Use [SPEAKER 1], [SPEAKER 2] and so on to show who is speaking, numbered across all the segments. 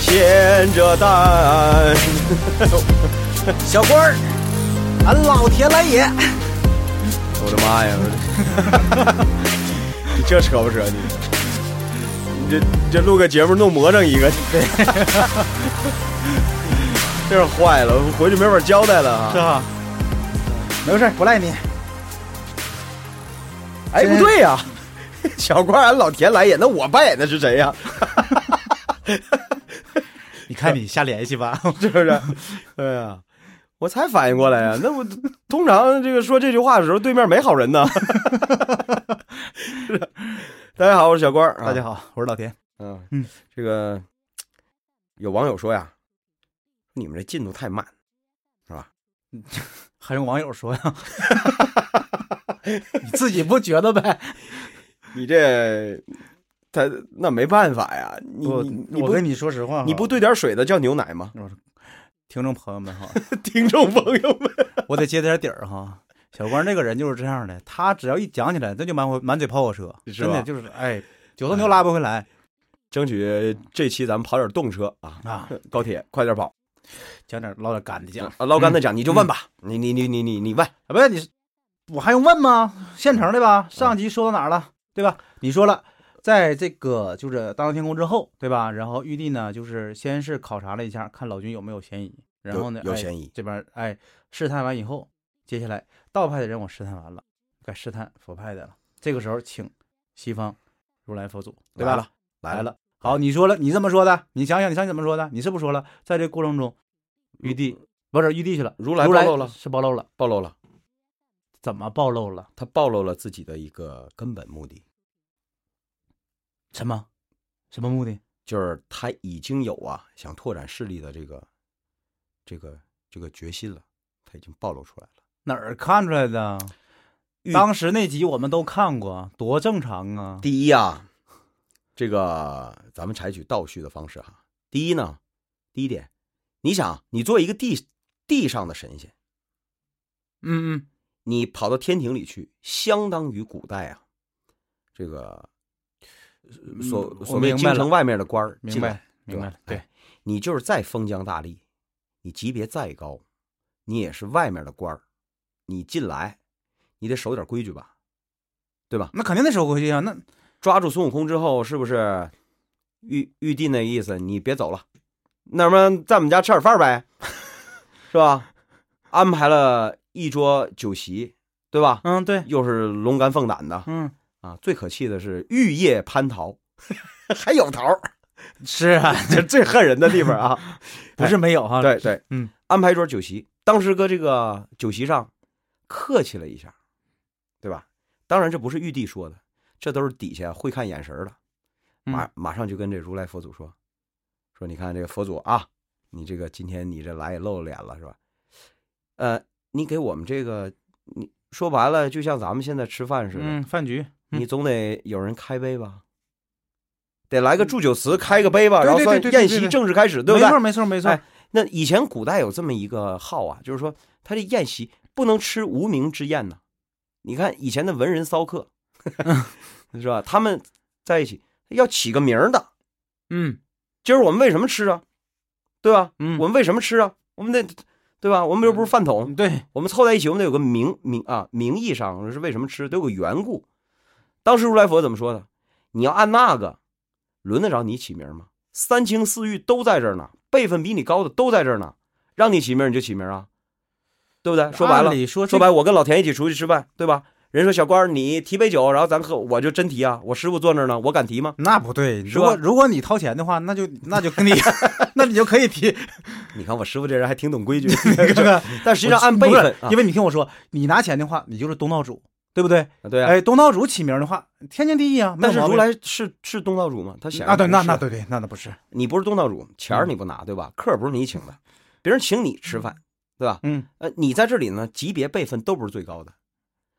[SPEAKER 1] 煎着蛋。
[SPEAKER 2] 小官儿，俺老铁来也。
[SPEAKER 1] 我的妈呀！你这扯不扯你？你这你这录个节目弄魔怔一 个，这是坏了，回去没法交代了啊！
[SPEAKER 2] 啊，没事儿，不赖你。
[SPEAKER 1] 哎，不对呀、 小官俺老田来演，那我扮演的是谁呀、
[SPEAKER 2] 你看你瞎联系吧。
[SPEAKER 1] 是不是？对呀、我才反应过来呀、那我通常这个说这句话的时候，对面没好人呢。 是大家好，我是小官儿。
[SPEAKER 2] 大家
[SPEAKER 1] 好，
[SPEAKER 2] 好，我是老田。
[SPEAKER 1] 嗯
[SPEAKER 2] 嗯
[SPEAKER 1] 这个有网友说呀，你们这进度太慢，
[SPEAKER 2] 还用网友说 呀？你自己不觉得呗？
[SPEAKER 1] 你这他那没办法呀，你
[SPEAKER 2] 我
[SPEAKER 1] 你你
[SPEAKER 2] 我
[SPEAKER 1] 不
[SPEAKER 2] 跟你说实啊话哈，
[SPEAKER 1] 你不兑点水的叫牛奶 吗？
[SPEAKER 2] 听众朋友们哈，
[SPEAKER 1] 听众朋友们，
[SPEAKER 2] 我得接点底儿哈。小官这个人就是这样的，他只要一讲起来，那就满满嘴泡泡车，
[SPEAKER 1] 是吧
[SPEAKER 2] 真的就是哎，九头牛拉不回来
[SPEAKER 1] 争取这期咱们跑点动车啊，
[SPEAKER 2] 啊，
[SPEAKER 1] 高铁快点跑
[SPEAKER 2] 讲点捞点干的讲。嗯
[SPEAKER 1] 啊！捞干的讲你就问吧，你你你你你你问。
[SPEAKER 2] 啊，不是你，我还用问吗？现成的吧。
[SPEAKER 1] 啊
[SPEAKER 2] 上集说到哪儿了，对吧？你说了，在这个就是大闹天宫之后，对吧？然后玉帝呢，就是先是考察了一下，看老君有没有嫌疑，然后呢，
[SPEAKER 1] 有有
[SPEAKER 2] 哎
[SPEAKER 1] 嫌疑
[SPEAKER 2] 这边哎试探完以后，接下来道派的人我试探完了，该试探佛派的了。这个时候，请西方如来佛祖，对吧？
[SPEAKER 1] 来了
[SPEAKER 2] 来
[SPEAKER 1] 来了，
[SPEAKER 2] 好，你说了，你这么说的，你想想，你上去怎么说的？你是不是说了，在这过程中，玉帝不是玉帝去了，
[SPEAKER 1] 如
[SPEAKER 2] 如
[SPEAKER 1] 来暴露了
[SPEAKER 2] 是暴露了，
[SPEAKER 1] 嗯暴露了，
[SPEAKER 2] 怎么暴露了？
[SPEAKER 1] 他暴露了自己的一个根本目的，
[SPEAKER 2] 什么？什么目的？
[SPEAKER 1] 就是他已经有啊想拓展势力的这个这个这个决心了，他已经暴露出来了。
[SPEAKER 2] 哪儿看出来的？当时那集我们都看过，多正常啊！
[SPEAKER 1] 第一啊，这个咱们采取倒叙的方式哈。第一呢，第一点，你想，你作为一个地地上的神仙，
[SPEAKER 2] 嗯嗯，
[SPEAKER 1] 你跑到天庭里去，相当于古代啊，这个
[SPEAKER 2] 嗯
[SPEAKER 1] 所
[SPEAKER 2] 我
[SPEAKER 1] 所谓
[SPEAKER 2] 明
[SPEAKER 1] 京
[SPEAKER 2] 白
[SPEAKER 1] 城
[SPEAKER 2] 了
[SPEAKER 1] 外面的官儿
[SPEAKER 2] 明
[SPEAKER 1] 进来
[SPEAKER 2] 白明白了，
[SPEAKER 1] 对
[SPEAKER 2] 对
[SPEAKER 1] 吧，你就是再封疆大吏，你级别再高，你也是外面的官儿，你进来，你得守点规矩吧，对吧？
[SPEAKER 2] 那肯定得收回去啊！那
[SPEAKER 1] 抓住孙悟空之后，是不是玉玉帝那意思？你别走了，那不然在我们家吃点饭呗，是吧？安排了一桌酒席，对吧？
[SPEAKER 2] 嗯对，
[SPEAKER 1] 又是龙肝凤胆的
[SPEAKER 2] 嗯
[SPEAKER 1] 啊！最可气的是玉叶蟠桃，还有桃儿，
[SPEAKER 2] 是啊，
[SPEAKER 1] 这最恨人的地方 啊！
[SPEAKER 2] 不是没有哈，
[SPEAKER 1] 对对，
[SPEAKER 2] 嗯，
[SPEAKER 1] 安排一桌酒席。当时搁这个酒席上客气了一下，对吧？当然这不是玉帝说的，这都是底下会看眼神儿的，
[SPEAKER 2] 嗯
[SPEAKER 1] 马马上就跟这如来佛祖说，说你看这个佛祖啊，你这个今天你这来也露了脸了是吧？呃，你给我们这个，你说白了就像咱们现在吃饭似的，
[SPEAKER 2] 嗯，饭局，嗯
[SPEAKER 1] 你总得有人开杯吧。得来个祝酒词，开个杯吧，
[SPEAKER 2] 嗯对
[SPEAKER 1] 然后
[SPEAKER 2] 对
[SPEAKER 1] 算
[SPEAKER 2] 对对对
[SPEAKER 1] 宴
[SPEAKER 2] 对
[SPEAKER 1] 席
[SPEAKER 2] 对
[SPEAKER 1] 正式开始，对不
[SPEAKER 2] 没
[SPEAKER 1] 对？
[SPEAKER 2] 错没错没错
[SPEAKER 1] 哎，那以前古代有这么一个号啊，就是说他这宴席不能吃无名之宴呢。你看以前的文人骚 客，是吧？他们在一起要起个名儿的，
[SPEAKER 2] 嗯
[SPEAKER 1] 今儿我们为什么吃啊？对吧？
[SPEAKER 2] 嗯，
[SPEAKER 1] 我们为什么吃啊？我们得对吧？我们又不是饭桶，
[SPEAKER 2] 对
[SPEAKER 1] 我们凑在一起，我们得有个名名啊，名义上是为什么吃，得有个缘故。当时如来佛怎么说的？你要按那个，轮得着你起名吗？三清四御都在这儿呢，辈分比你高的都在这儿呢，让你起名你就起名啊，对不对？说白了
[SPEAKER 2] 按，理说这
[SPEAKER 1] 说白，了，我跟老田一起出去吃饭，对吧？人说小官儿你提杯酒，然后咱喝，我就真提啊，我师傅坐那儿呢，我敢提吗？
[SPEAKER 2] 那不对，
[SPEAKER 1] 是
[SPEAKER 2] 如果
[SPEAKER 1] 吧
[SPEAKER 2] 如果你掏钱的话，那就那就跟 你，那你就可以 提，
[SPEAKER 1] 你看我师傅这人还挺懂 规矩，
[SPEAKER 2] 你看看，
[SPEAKER 1] 但实际上按辈
[SPEAKER 2] 不是
[SPEAKER 1] 分啊
[SPEAKER 2] 因为你听我说，你拿钱的话，你就是东道主，对不对？
[SPEAKER 1] 对啊。
[SPEAKER 2] 哎，东道主起名的话，天经地义啊。没
[SPEAKER 1] 但
[SPEAKER 2] 有
[SPEAKER 1] 是
[SPEAKER 2] 毛
[SPEAKER 1] 如
[SPEAKER 2] 病
[SPEAKER 1] 来是是东道主吗？他显然
[SPEAKER 2] 啊，对，
[SPEAKER 1] 不
[SPEAKER 2] 那
[SPEAKER 1] 是
[SPEAKER 2] 那对对，那那不是，
[SPEAKER 1] 你不是东道主，钱儿你不拿，对吧？客儿不是你请的，别人请你吃饭，对吧？
[SPEAKER 2] 嗯，
[SPEAKER 1] 呃，你在这里呢，级别辈分都不是最高的，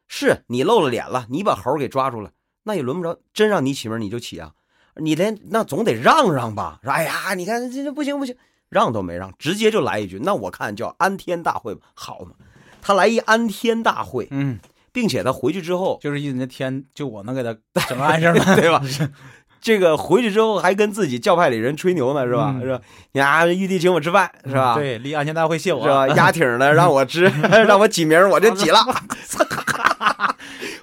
[SPEAKER 1] 是你露了脸了，你把猴儿给抓住了，那也轮不着，真让你起名儿你就起啊，你连那总得让让吧，说哎呀，你看这这不行不行，让都没让，直接就来一句，那我看叫安天大会吧，好嘛，他来一安天大会，
[SPEAKER 2] 嗯，
[SPEAKER 1] 并且他回去之后
[SPEAKER 2] 就是意思人家天就我能给他整安上了，
[SPEAKER 1] 对吧？这个回去之后还跟自己教派里人吹牛呢，是吧？
[SPEAKER 2] 嗯
[SPEAKER 1] 是吧？呀，玉帝请我吃饭，是吧？
[SPEAKER 2] 对，立安全大会谢我啊
[SPEAKER 1] 是吧？压挺的让我吃， 让我挤名儿，我就 挤了。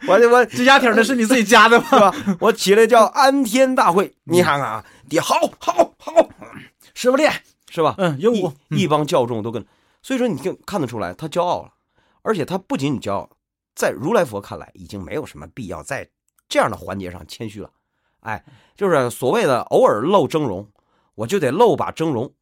[SPEAKER 1] 我就我
[SPEAKER 2] 这家挺的是你自己加的吗？
[SPEAKER 1] 是吧？我起来叫安天大会，你看看啊，爹好好好，
[SPEAKER 2] 师傅练，
[SPEAKER 1] 是吧？
[SPEAKER 2] 嗯，鹦鹉，
[SPEAKER 1] 一一帮教众都跟，所以说你就看得出来他骄傲了，而且他不仅仅骄傲，在如来佛看来已经没有什么必要在这样的环节上谦虚了，哎，就是所谓的偶尔露峥嵘，我就得露把峥嵘，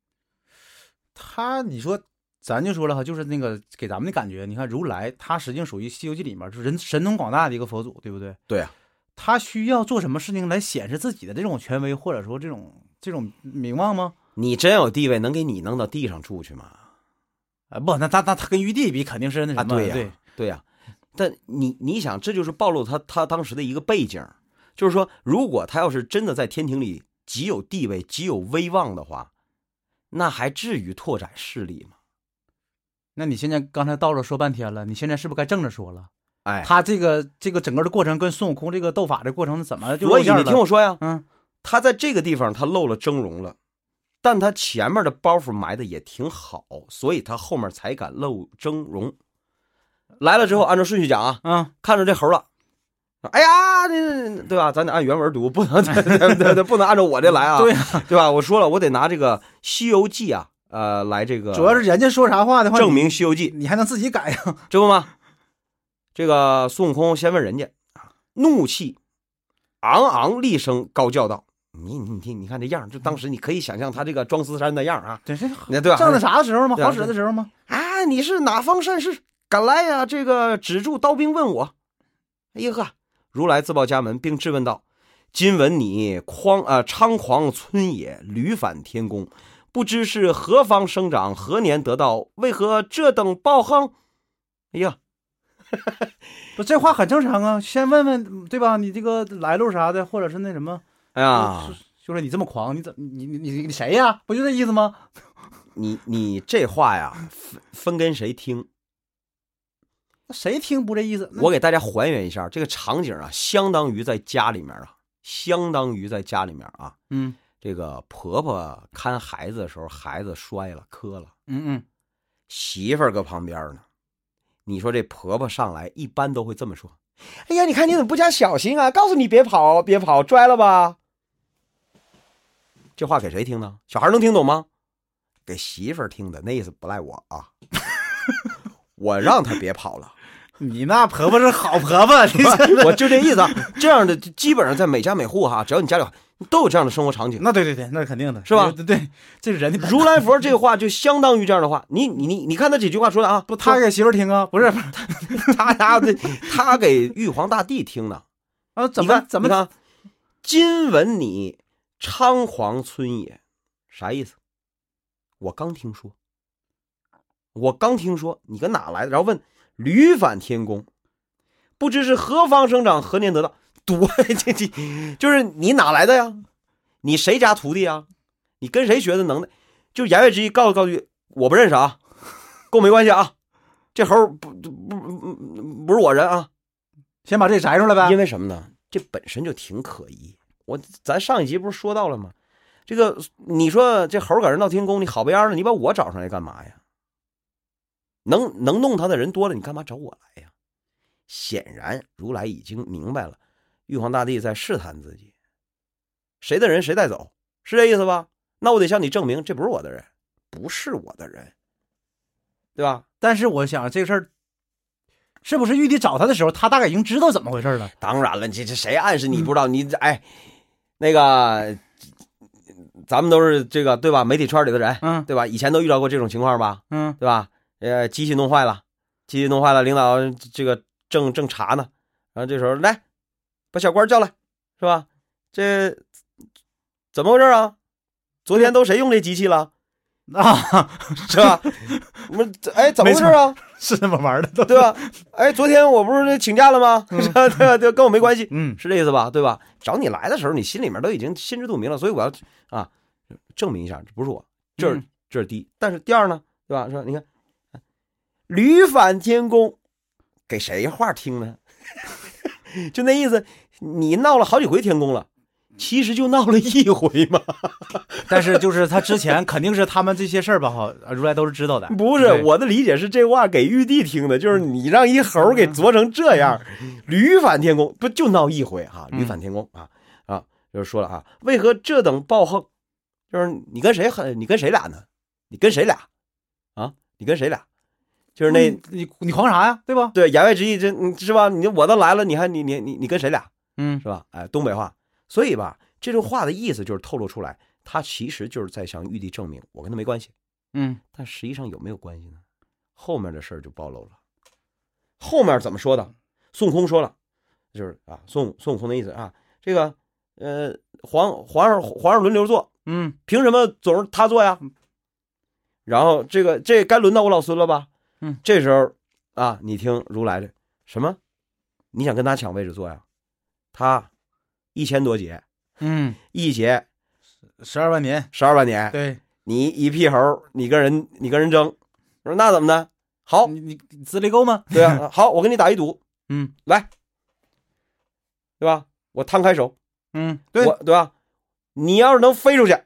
[SPEAKER 2] 他你说。咱就说了哈，就是那个给咱们的感觉，你看如来，他实际上属于《西游记》里面就是人神通广大的一个佛祖，对不对？
[SPEAKER 1] 对啊，
[SPEAKER 2] 他需要做什么事情来显示自己的这种权威，或者说这种这种名望吗？
[SPEAKER 1] 你真有地位能给你弄到地上住去吗？
[SPEAKER 2] 啊，不，那他那他跟玉帝比肯定是那什
[SPEAKER 1] 啊，
[SPEAKER 2] 么，
[SPEAKER 1] 对呀、对呀、但你你想，这就是暴露他他当时的一个背景，就是说，如果他要是真的在天庭里极有地位、极有威望的话，那还至于拓展势力吗？
[SPEAKER 2] 那你现在刚才倒着说半天了，你现在是不是该正着说了？
[SPEAKER 1] 哎，
[SPEAKER 2] 他这个这个整个的过程跟孙悟空这个斗法的过程怎么就
[SPEAKER 1] 所
[SPEAKER 2] 露
[SPEAKER 1] 以
[SPEAKER 2] 馅
[SPEAKER 1] 你
[SPEAKER 2] 了？
[SPEAKER 1] 听我说呀，
[SPEAKER 2] 嗯，
[SPEAKER 1] 他在这个地方他露了峥嵘了，但他前面的包袱埋的也挺好，所以他后面才敢露峥嵘。来了之后，按照顺序讲啊，
[SPEAKER 2] 啊，
[SPEAKER 1] 看着这猴了，哎呀，这对吧？咱得按原文读，不能 对对对，不能按照我这来啊，
[SPEAKER 2] 对
[SPEAKER 1] 对吧？我说了，我得拿这个《西游记》啊，呃，来这个
[SPEAKER 2] 主要是人家说啥话的话，
[SPEAKER 1] 证明《西游记
[SPEAKER 2] 你你还能自己改呀、》，
[SPEAKER 1] 知道吗？这个孙悟空先问人家啊，怒气昂昂厉声高叫道：“你你你听，你看这样儿，就当时你可以想象他这个装死山的样儿啊，
[SPEAKER 2] 这是
[SPEAKER 1] 你看对吧？
[SPEAKER 2] 正的啥时候吗？
[SPEAKER 1] 对啊
[SPEAKER 2] 好使的时候吗？
[SPEAKER 1] 啊，你是哪方善士？敢来呀、这个止住刀兵问我。哎呀呵，如来自报家门，并质问道：“今闻你狂啊、猖狂村野，屡反天宫，不知是何方生长，何年得道？为何这等暴横？”哎呀，
[SPEAKER 2] 不，这话很正常啊。先问问对吧？你这个来路啥的，或者是那什么
[SPEAKER 1] 哎呀，
[SPEAKER 2] 嗯就是就是你这么狂，你怎你你你你谁呀？不就这意思吗？
[SPEAKER 1] 你你这话
[SPEAKER 2] 嗯
[SPEAKER 1] 呀，分分跟谁听？
[SPEAKER 2] 那谁听不这意思？那
[SPEAKER 1] 我给大家还原一下这个场景啊，相当于在家里面啊，相当于在家里面啊，
[SPEAKER 2] 嗯
[SPEAKER 1] 这个婆婆看孩子的时候，孩子摔了磕了，
[SPEAKER 2] 嗯嗯，
[SPEAKER 1] 媳妇儿搁旁边呢。你说这婆婆上来，一般都会这么说：“哎呀，你看你怎么不加小心啊？告诉你别跑，别跑，摔了吧。”这话给谁听呢？小孩能听懂吗？给媳妇儿听的，那意思不赖我啊， 我让她别跑了，
[SPEAKER 2] 你那婆婆是好婆婆，你这
[SPEAKER 1] 我就这意思啊。这样的基本上在每家每户哈、只要你家里都有这样的生活场景。
[SPEAKER 2] 那对对对，那肯定的，
[SPEAKER 1] 是吧
[SPEAKER 2] 对对，对这人家
[SPEAKER 1] 如来佛这话就相当于这样的话，你你你你看他几句话说的啊，
[SPEAKER 2] 不他给媳妇儿听啊，不是不是
[SPEAKER 1] 他他的他给玉皇大帝听的，
[SPEAKER 2] 啊，怎
[SPEAKER 1] 你
[SPEAKER 2] 么
[SPEAKER 1] 看
[SPEAKER 2] 怎么
[SPEAKER 1] 你看啊，今闻你猖狂村野，啥意思？我刚听说，我刚听说，你跟哪来的？然后问屡反天宫，不知是何方生长，何年得道？ 多这这，就是你哪来的呀？你谁家徒弟啊？你跟谁学的能耐？就言外之意告诉告诉你，我不认识啊，跟我没关系啊。这猴儿不不不不不是我人啊，
[SPEAKER 2] 先把这摘出来呗？
[SPEAKER 1] 因为什么呢？这本身就挺可疑。我咱上一集不是说到了吗？这个你说这猴儿搁这闹天宫，你好不样儿的，你把我找上来干嘛呀？能能弄他的人多了，你干嘛找我来呀？显然，如来已经明白了，玉皇大帝在试探自己，谁的人谁带走，是这意思吧？那我得向你证明，这不是我的人，不是我的人，对吧？
[SPEAKER 2] 但是我想这事儿，是不是玉帝找他的时候，他大概已经知道怎么回事了？
[SPEAKER 1] 当然了，这这谁暗示你不知道？你这哎，那个，咱们都是这个对吧？媒体圈里的人，
[SPEAKER 2] 嗯
[SPEAKER 1] 对吧？以前都遇到过这种情况吧？
[SPEAKER 2] 嗯，
[SPEAKER 1] 对吧？呃，机器弄坏了，机器弄坏了，领导这个正正查呢，然后这时候来把小官叫来，是吧？这怎么回事啊？昨天都谁用这机器了，
[SPEAKER 2] 啊，
[SPEAKER 1] 是吧？我们哎，怎么回事啊？
[SPEAKER 2] 是这么玩的都，
[SPEAKER 1] 对吧？哎，昨天我不是请假了吗？是吧 对吧？对吧，跟我没关系。
[SPEAKER 2] 嗯，
[SPEAKER 1] 是这意思吧？对吧？找你来的时候，你心里面都已经心知肚明了，所以我要啊证明一下，这不是我，这是、
[SPEAKER 2] 嗯
[SPEAKER 1] 这是第一。但是第二呢，对吧？说你看，屡反天宫， 给谁话听呢？就那意思，你闹了好几回天宫了，其实就闹了一回嘛。
[SPEAKER 2] 但是就是他之前肯定是他们这些事儿吧，哈，如来都是知道的。
[SPEAKER 1] 不是
[SPEAKER 2] 对嗯
[SPEAKER 1] 我的理解是这话给玉帝听的，就是你让一猴儿给啄成这样，屡反天宫不就闹一回啊？
[SPEAKER 2] 嗯
[SPEAKER 1] 屡反天宫啊啊，就是说了啊，为何这等暴横？就是你跟谁很，你跟谁俩呢？你跟谁俩啊？你跟谁俩？就是那、
[SPEAKER 2] 嗯你你狂啥呀？对吧？
[SPEAKER 1] 对言外之意，这嗯是吧？你我都来了，你还你你你你跟谁俩
[SPEAKER 2] 嗯
[SPEAKER 1] 是吧？哎，东北话，所以吧，这种话的意思就是透露出来，他其实就是在向玉帝证明我跟他没关系。
[SPEAKER 2] 嗯，
[SPEAKER 1] 但实际上有没有关系呢？后面的事儿就暴露了。后面怎么说的？孙悟空说了，就是啊，孙悟孙悟空的意思啊，这个呃，皇皇上皇上轮流坐，
[SPEAKER 2] 嗯，
[SPEAKER 1] 凭什么总是他坐呀？然后这个这该轮到我老孙了吧？
[SPEAKER 2] 嗯，
[SPEAKER 1] 这时候啊，你听如来的什么？你想跟他抢位置坐呀？他一千多劫，
[SPEAKER 2] 嗯，
[SPEAKER 1] 一劫
[SPEAKER 2] 十二万年，
[SPEAKER 1] 十二万年，
[SPEAKER 2] 对，
[SPEAKER 1] 你一屁猴儿，你跟人你跟人争，我说那怎么的？好，
[SPEAKER 2] 你你你资历够吗？
[SPEAKER 1] 对啊， 好，我跟你打一赌，
[SPEAKER 2] 嗯
[SPEAKER 1] 对吧？我摊开手，
[SPEAKER 2] 嗯，对，
[SPEAKER 1] 我对吧？你要是能飞出去，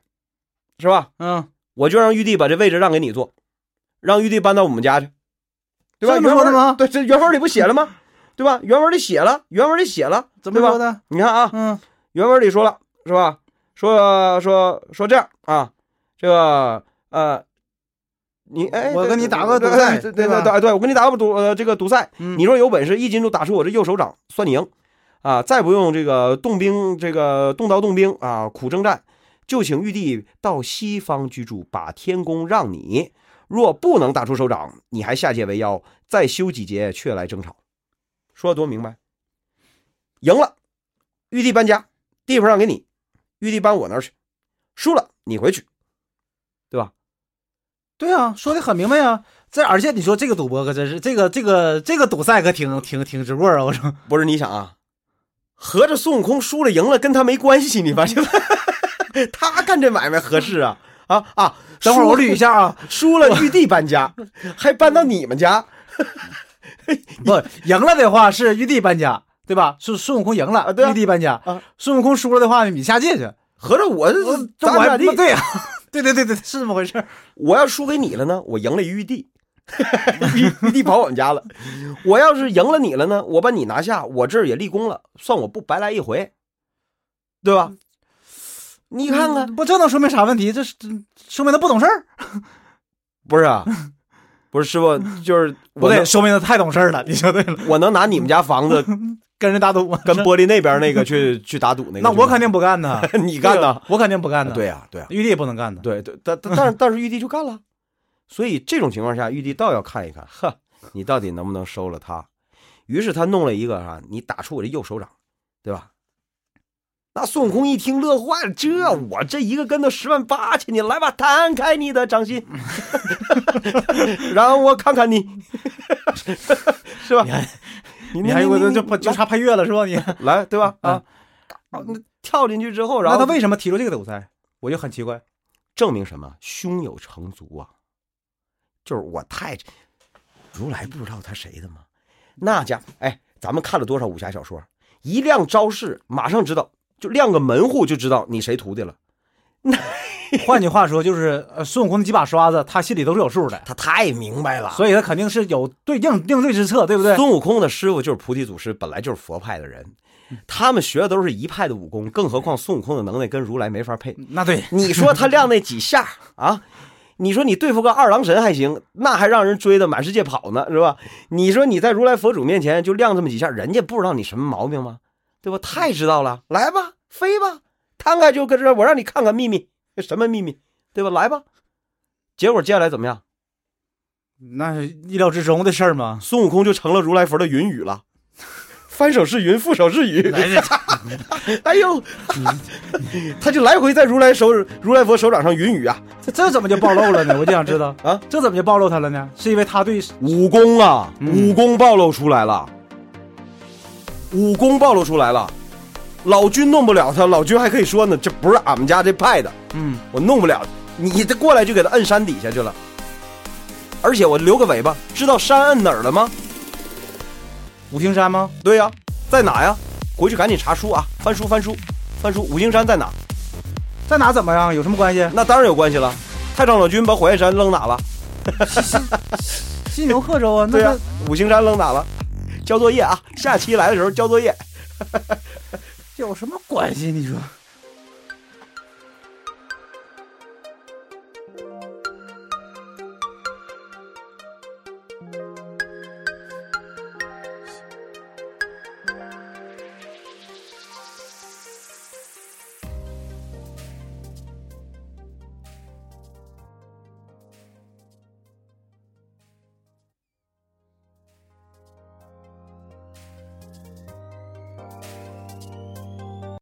[SPEAKER 1] 是吧？
[SPEAKER 2] 嗯，
[SPEAKER 1] 我就让玉帝把这位置让给你坐，让玉帝搬到我们家去，对吧？
[SPEAKER 2] 这么
[SPEAKER 1] 原
[SPEAKER 2] 说
[SPEAKER 1] 文
[SPEAKER 2] 的吗
[SPEAKER 1] 对，这原文里不写了 吗？对吧？原文里写了，原文里写了，
[SPEAKER 2] 怎么
[SPEAKER 1] 对吧
[SPEAKER 2] 说的？
[SPEAKER 1] 你看啊，
[SPEAKER 2] 嗯
[SPEAKER 1] 原文里说了是吧？说说说这样啊，这个呃，你哎，
[SPEAKER 2] 我
[SPEAKER 1] 对
[SPEAKER 2] 跟你打个
[SPEAKER 1] 对
[SPEAKER 2] 赌赛
[SPEAKER 1] 对
[SPEAKER 2] 对
[SPEAKER 1] 对
[SPEAKER 2] 吧
[SPEAKER 1] 对对对，我跟你打个赌呃这个赌赛，
[SPEAKER 2] 嗯，
[SPEAKER 1] 你若有本事，一金就打出我这右手掌，算你赢，啊！再不用这个动兵，这个动刀动兵啊，苦征战，就请玉帝到西方居住，把天宫让你。若不能打出手掌，你还下界为妖，再修几劫，却来争吵。说得多明白，赢了，玉帝搬家，地方让给你，玉帝搬我那儿去；输了，你回去。
[SPEAKER 2] 对啊，说的很明白啊。这而且你说这个赌博可真是，这个这个这个赌赛可挺挺挺直棍儿啊！我说，
[SPEAKER 1] 不是你想啊，合着孙悟空输了赢了跟他没关系，你发现吗？ 他干这买卖合适啊啊啊！
[SPEAKER 2] 等会儿我
[SPEAKER 1] 输了
[SPEAKER 2] 捋一下啊，
[SPEAKER 1] 输了玉帝搬家， 还搬到你们家
[SPEAKER 2] 不赢了的话是玉帝搬家，对吧？是孙悟空赢了，
[SPEAKER 1] 啊对啊
[SPEAKER 2] 玉帝搬家。
[SPEAKER 1] 啊
[SPEAKER 2] 孙悟空输了的话，你下界去。
[SPEAKER 1] 合着我这
[SPEAKER 2] 这
[SPEAKER 1] 这
[SPEAKER 2] 我
[SPEAKER 1] 我
[SPEAKER 2] 还
[SPEAKER 1] 还
[SPEAKER 2] 不对啊， 对对对对，是这么回事儿。
[SPEAKER 1] 我要输给你了呢，我赢了玉帝， 玉玉帝跑我们家了。我要是赢了你了呢，我把你拿下，我这儿也立功了，算我不白来一回，对吧？你
[SPEAKER 2] 你
[SPEAKER 1] 看看，
[SPEAKER 2] 嗯不这能说明啥问题？这是这说明他不懂事儿，
[SPEAKER 1] 不是啊，不是师傅，就是
[SPEAKER 2] 不
[SPEAKER 1] 我
[SPEAKER 2] 对，
[SPEAKER 1] 能
[SPEAKER 2] 说明他太懂事儿了。你说对了，
[SPEAKER 1] 我能拿你们家房 子
[SPEAKER 2] 跟人打 赌吗？
[SPEAKER 1] 跟玻璃那边那个 去去打赌那个，
[SPEAKER 2] 那我肯定不干 呐，
[SPEAKER 1] 定 你干的，
[SPEAKER 2] 我肯定不干呐。
[SPEAKER 1] 对，啊呀、对呀、
[SPEAKER 2] 玉帝也不能干呐。
[SPEAKER 1] 对对，但但但是但是玉帝就干了，所以这种情况下，玉帝倒要看一看，呵，你到底能不能收了他。于是他弄了一个啊，你打出我这右手掌，对吧？那孙悟空一听乐坏了，这我这一个跟头十万八千，你来吧，摊开你的掌 心，让我看看你， 是吧
[SPEAKER 2] 你？还
[SPEAKER 1] 你
[SPEAKER 2] 你还有
[SPEAKER 1] 你
[SPEAKER 2] 个
[SPEAKER 1] 你
[SPEAKER 2] 就就差配乐了是吧？ 你
[SPEAKER 1] 来来对吧？啊
[SPEAKER 2] 嗯，
[SPEAKER 1] 那跳进去之后，然
[SPEAKER 2] 那
[SPEAKER 1] 后
[SPEAKER 2] 他为什么提出这个赌赛？我就很奇怪。
[SPEAKER 1] 证明什么？胸有成竹啊！就是我太如来不知道他谁的吗？那家伙，哎，咱们看了多少武侠小说？一亮招式，马上知道，就亮个门户就知道你谁徒弟了。
[SPEAKER 2] 换句话说，就是呃，孙悟空那几把刷子，他心里都是有数 的，
[SPEAKER 1] 他太明白了。
[SPEAKER 2] 所以他肯定是有对应应对之策，对不对？
[SPEAKER 1] 孙悟空的师傅就是菩提祖师，本来就是佛派的人，他们学的都是一派的武功，更何况孙悟空的能耐跟如来没法配。
[SPEAKER 2] 那对，
[SPEAKER 1] 你说他亮那几下啊？你说你对付个二郎神还行，那还让人追的满世界跑呢，是吧？你说你在如来佛祖面前就亮这么几下，人家不知道你什么毛病吗？对吧？太知道了，来吧，飞吧，摊开就搁这儿，我让你看看秘密，什么秘密，对吧？来吧。结果接下来怎么样？
[SPEAKER 2] 那是意料之中的事 儿嘛。
[SPEAKER 1] 孙悟空就成了如来佛的云雨了，翻手是云，覆手是雨。 哎呦， 他就来回在如来手如来佛手掌上云雨啊，
[SPEAKER 2] 这这怎么就暴露了呢？我就想知道
[SPEAKER 1] 啊，
[SPEAKER 2] 这怎么就暴露他了呢？是因为他对
[SPEAKER 1] 武功啊，
[SPEAKER 2] 嗯
[SPEAKER 1] 武功暴露出来了，武功暴露出来了。老君弄不了他，老君还可以说呢，这不是俺们家这派的，
[SPEAKER 2] 嗯
[SPEAKER 1] 我弄不了。你这过来就给他摁山底下去了，而且我留个尾巴，知道山摁哪儿了吗？
[SPEAKER 2] 五行山吗？
[SPEAKER 1] 对呀、在哪呀？回去赶紧查书啊，翻书翻书。范叔，武陵山在哪？
[SPEAKER 2] 在哪怎么样？有什么关系？
[SPEAKER 1] 那当然有关系了。太上老君把火焰山扔哪了？
[SPEAKER 2] 犀牛贺州啊，那
[SPEAKER 1] 对呀、
[SPEAKER 2] 个
[SPEAKER 1] 五行山扔哪了？交作业啊，下期来的时候交作业。
[SPEAKER 2] 有什么关系？你说